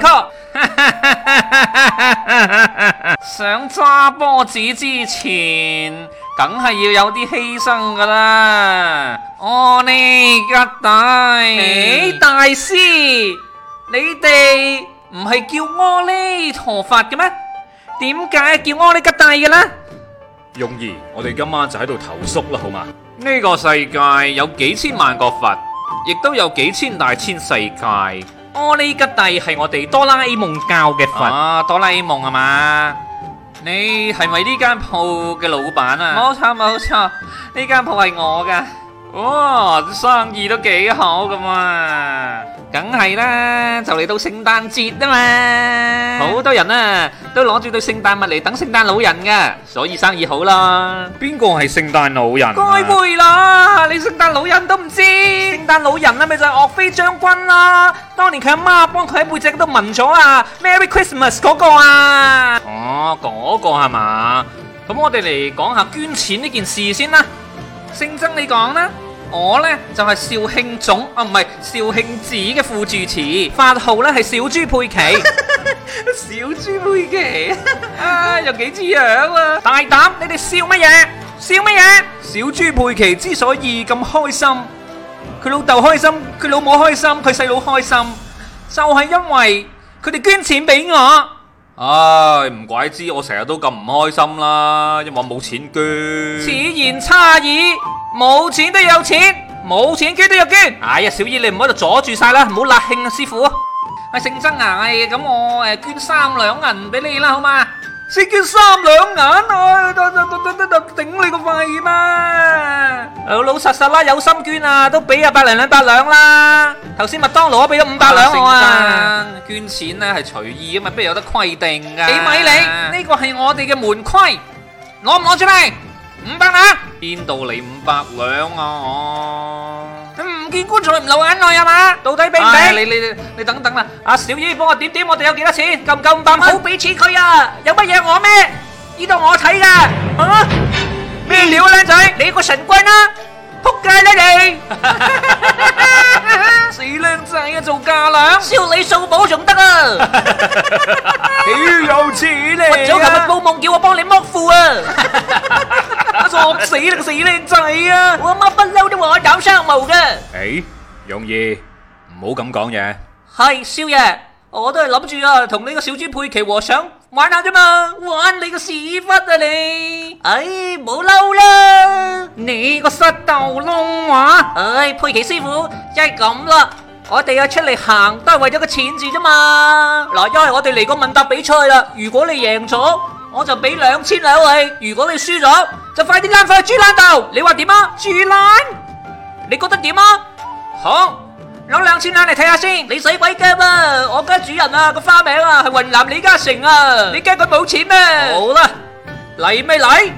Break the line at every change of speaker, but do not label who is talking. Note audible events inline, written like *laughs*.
托， *laughs* 想揸波子之前，梗係要有啲犧牲噶啦。我呢腳大，誒大師，你哋唔係叫阿彌陀佛嘅咩？點解叫阿彌吉大嘅呢？
容兒，我哋今晚就喺度投宿啦，好嘛？
呢個世界有幾千萬個佛，亦都有幾千大千世界。阿哦呢吉帝係我哋哆啦 A 夢教嘅佛。啊，哆啦 A 夢係嘛？你係咪呢間鋪嘅老闆啊？冇錯冇錯，呢間鋪係我噶。哇，生意都幾好啊噶嘛！梗係啦，就嚟到聖誕節啊嘛，好多人啊都攞住對聖誕物嚟等聖誕老人噶，所以生意好啦。
邊個係聖誕老人、
該
啊？
會啦！你聖誕老人都唔知，聖誕老人啊，咪就係岳飛將軍啦、當年佢阿媽幫佢喺背脊都紋咗啊，Merry Christmas 嗰個啊！哦，嗰、個係嘛？咁我哋嚟講下捐錢呢件事先啦。聖僧你講啦，我呢就係、肇慶總啊，唔係肇慶寺嘅副住持，法號呢係小豬佩奇。小豬佩奇啊，又幾似樣啊！大膽，你哋笑乜嘢？笑乜嘢？小豬佩奇之所以咁開心，佢老豆開心，佢老母開心，佢細佬開心，就係、因為佢哋捐錢俾我。
唉，唔怪之我成日都咁唔開心啦，因為我冇錢
此
捐。
言差矣，冇錢都有錢，冇錢捐都要捐。哎呀，小姨你唔好喺度阻住晒啦，唔好辣興啊，師傅。阿姓曾啊，哎咁我誒捐三兩銀俾你啦，好嘛？先捐三兩銀，我得得得得得頂你個肺嘛！老老實實啦，有心捐啊，都俾啊百零兩百兩啦。頭先麥當勞都俾咗五百兩我啊。捐錢咧係隨意噶嘛，不如有得規定噶。俾米你，呢個係我哋嘅門規。攞唔攞出嚟？五百兩。邊度嚟五百兩啊？我唔見棺材唔流眼淚啊嘛？到底俾唔俾？你你你等等啦，阿小姨幫我點點，我哋有幾多錢？夠唔夠五百蚊？好俾錢佢啊！有乜嘢我咩？呢度我睇噶。啊！咩料啊，靚仔？你個神棍啊！仆街啦你！死靚仔啊，做嫁娘！燒你數簿仲得啊！
屌有錢
我早琴日報夢叫我幫你剝褲啊！作死你個死靚仔啊！我阿媽不嬲都話我搞生毛嘅。
誒，容兒，唔好咁講嘢。
係少爺，我都係諗住啊，同呢個小豬佩奇和尚玩下啫嘛，玩你個屎忽啊你！唉，冇嬲啦，你個膝頭窿啊！唉，佩奇師傅，一係咁啦。我哋啊出嚟行都係為咗個錢字啫嘛。嗱，因為我哋嚟個問答比賽啦，如果你贏咗，我就俾兩千兩你；如果你輸咗，就快啲躝翻去豬欄度。你話點啊？豬欄？你覺得點啊？好，攞兩千兩嚟睇下先。你使鬼驚啊！我家主人啊個花名啊係雲南李嘉誠啊，你驚佢冇錢咩？好啦，嚟咪嚟。